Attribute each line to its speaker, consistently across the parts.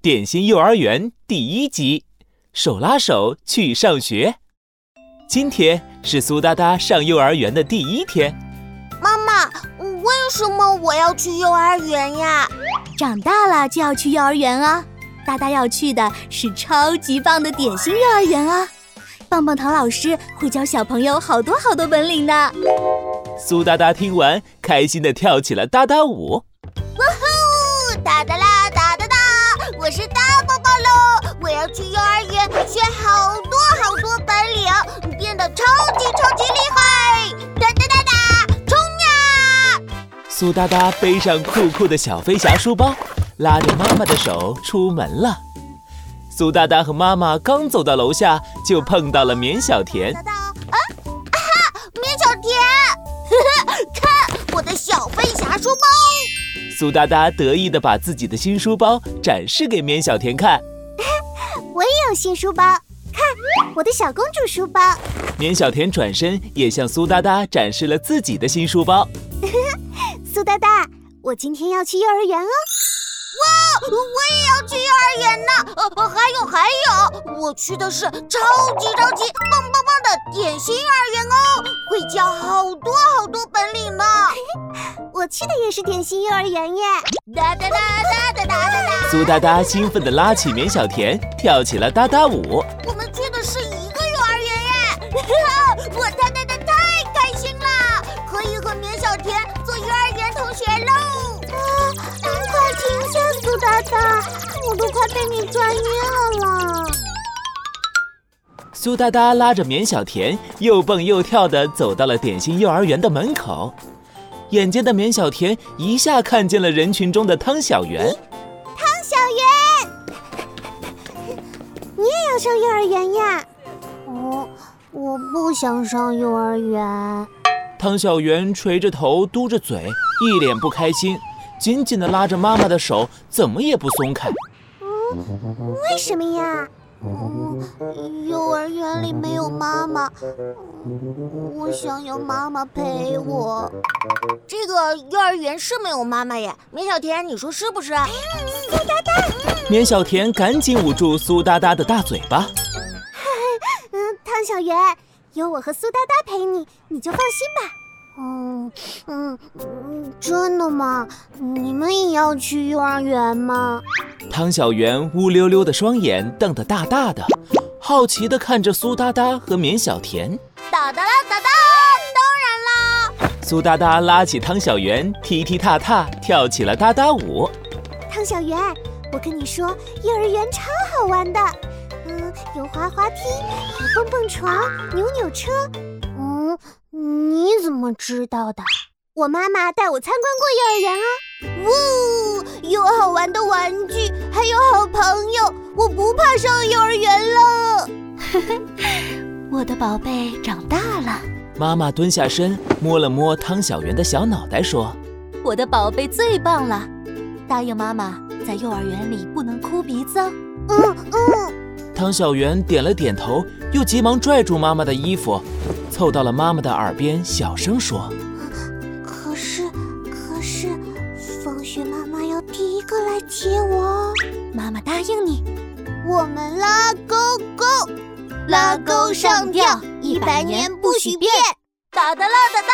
Speaker 1: 点心幼儿园》第一集《手拉手去上学》。今天是苏哒哒上幼儿园的第一天，
Speaker 2: 妈妈，为什么我要去幼儿园呀？
Speaker 3: 长大了就要去幼儿园啊！大大要去的是超级棒的点心幼儿园啊！棒棒糖老师会教小朋友好多好多本领呢。
Speaker 1: 苏哒哒听完，开心的跳起了哒哒舞。
Speaker 2: 哇吼！哒哒啦哒哒哒！我是大宝宝喽！我要去幼儿园学好多好多本领，变得超级超级厉害！哒哒哒哒，冲呀！
Speaker 1: 苏哒哒背上酷酷的小飞侠书包，拉着妈妈的手出门了。苏哒哒和妈妈刚走到楼下，就碰到了绵小田。
Speaker 2: 哒哒啊啊哈！米小甜，呵呵，看我的小飞侠书包！
Speaker 1: 苏哒哒得意地把自己的新书包展示给绵小田看。
Speaker 3: 我也有新书包，看我的小公主书包。
Speaker 1: 绵小田转身也向苏哒哒展示了自己的新书包。
Speaker 3: 苏哒哒，我今天要去幼儿园哦。
Speaker 2: 哇，我也要去幼儿园呢！呃，还有还有，我去的是超级超级棒棒棒的点心幼儿园哦，会教好多好多本领呢！
Speaker 3: 我去的也是点心幼儿园耶。
Speaker 2: 哒哒哒哒哒哒哒哒，
Speaker 1: 苏哒哒兴奋地拉起绵小田，跳起了哒哒舞。
Speaker 2: 我们去的是一个幼儿园耶！ 我太太太太开心啦，可以和绵小甜做幼儿园同学喽！
Speaker 3: 快啊停下，苏哒哒，我都快被你抓尿了。
Speaker 1: 苏哒哒拉着绵小田，又蹦又跳地走到了点心幼儿园的门口。眼尖的绵小田一下看见了人群中的汤小圆。
Speaker 3: 汤小圆，你也要上幼儿园呀？
Speaker 2: 哦，我不想上幼儿园。
Speaker 1: 汤小圆垂着头，嘟着嘴，一脸不开心，紧紧地拉着妈妈的手，怎么也不松开。
Speaker 3: 为什么呀？
Speaker 2: 哦幼儿园里没有妈妈，我想要妈妈陪我。这个幼儿园是没有妈妈耶，梅小甜，你说是不是？
Speaker 1: 绵小田赶紧捂住苏哒哒的大嘴巴。
Speaker 3: 嗯，汤小圆，有我和苏哒哒陪你，你就放心吧。
Speaker 2: 嗯嗯嗯，真的吗？你们也要去幼儿园吗？
Speaker 1: 汤小圆乌溜溜的双眼瞪得大大的，好奇地看着苏哒哒和绵小田。
Speaker 2: 哒哒啦哒哒，当然啦！
Speaker 1: 苏哒哒拉起汤小圆，踢踢踏踏跳起了哒哒舞。
Speaker 3: 汤小圆，我跟你说，幼儿园超好玩的。嗯，有滑滑梯，有蹦蹦床，扭扭车。
Speaker 2: 嗯，你怎么知道的？
Speaker 3: 我妈妈带我参观过幼儿园啊。
Speaker 2: 哇哦，有好玩的玩具，还有好朋友，我不怕上幼儿园了。
Speaker 3: 我的宝贝长大了，
Speaker 1: 妈妈蹲下身，摸了摸汤小圆的小脑袋，说
Speaker 3: 我的宝贝最棒了。答应妈妈，在幼儿园里不能哭鼻子哦。
Speaker 1: 汤小圆点了点头，又急忙拽住妈妈的衣服，凑到了妈妈的耳边，小声说
Speaker 2: 可是，可是，放学妈妈要第一个来接我。
Speaker 3: 妈妈答应你，
Speaker 2: 我们拉勾勾，拉勾上吊，一百年不许变。哒哒啦哒哒，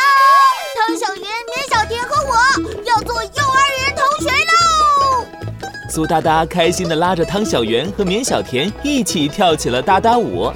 Speaker 2: 汤小圆、绵小甜和我要做幼儿园同学喽！：“
Speaker 1: 苏哒哒开心地拉着汤小圆和绵小田一起跳起了哒哒舞。”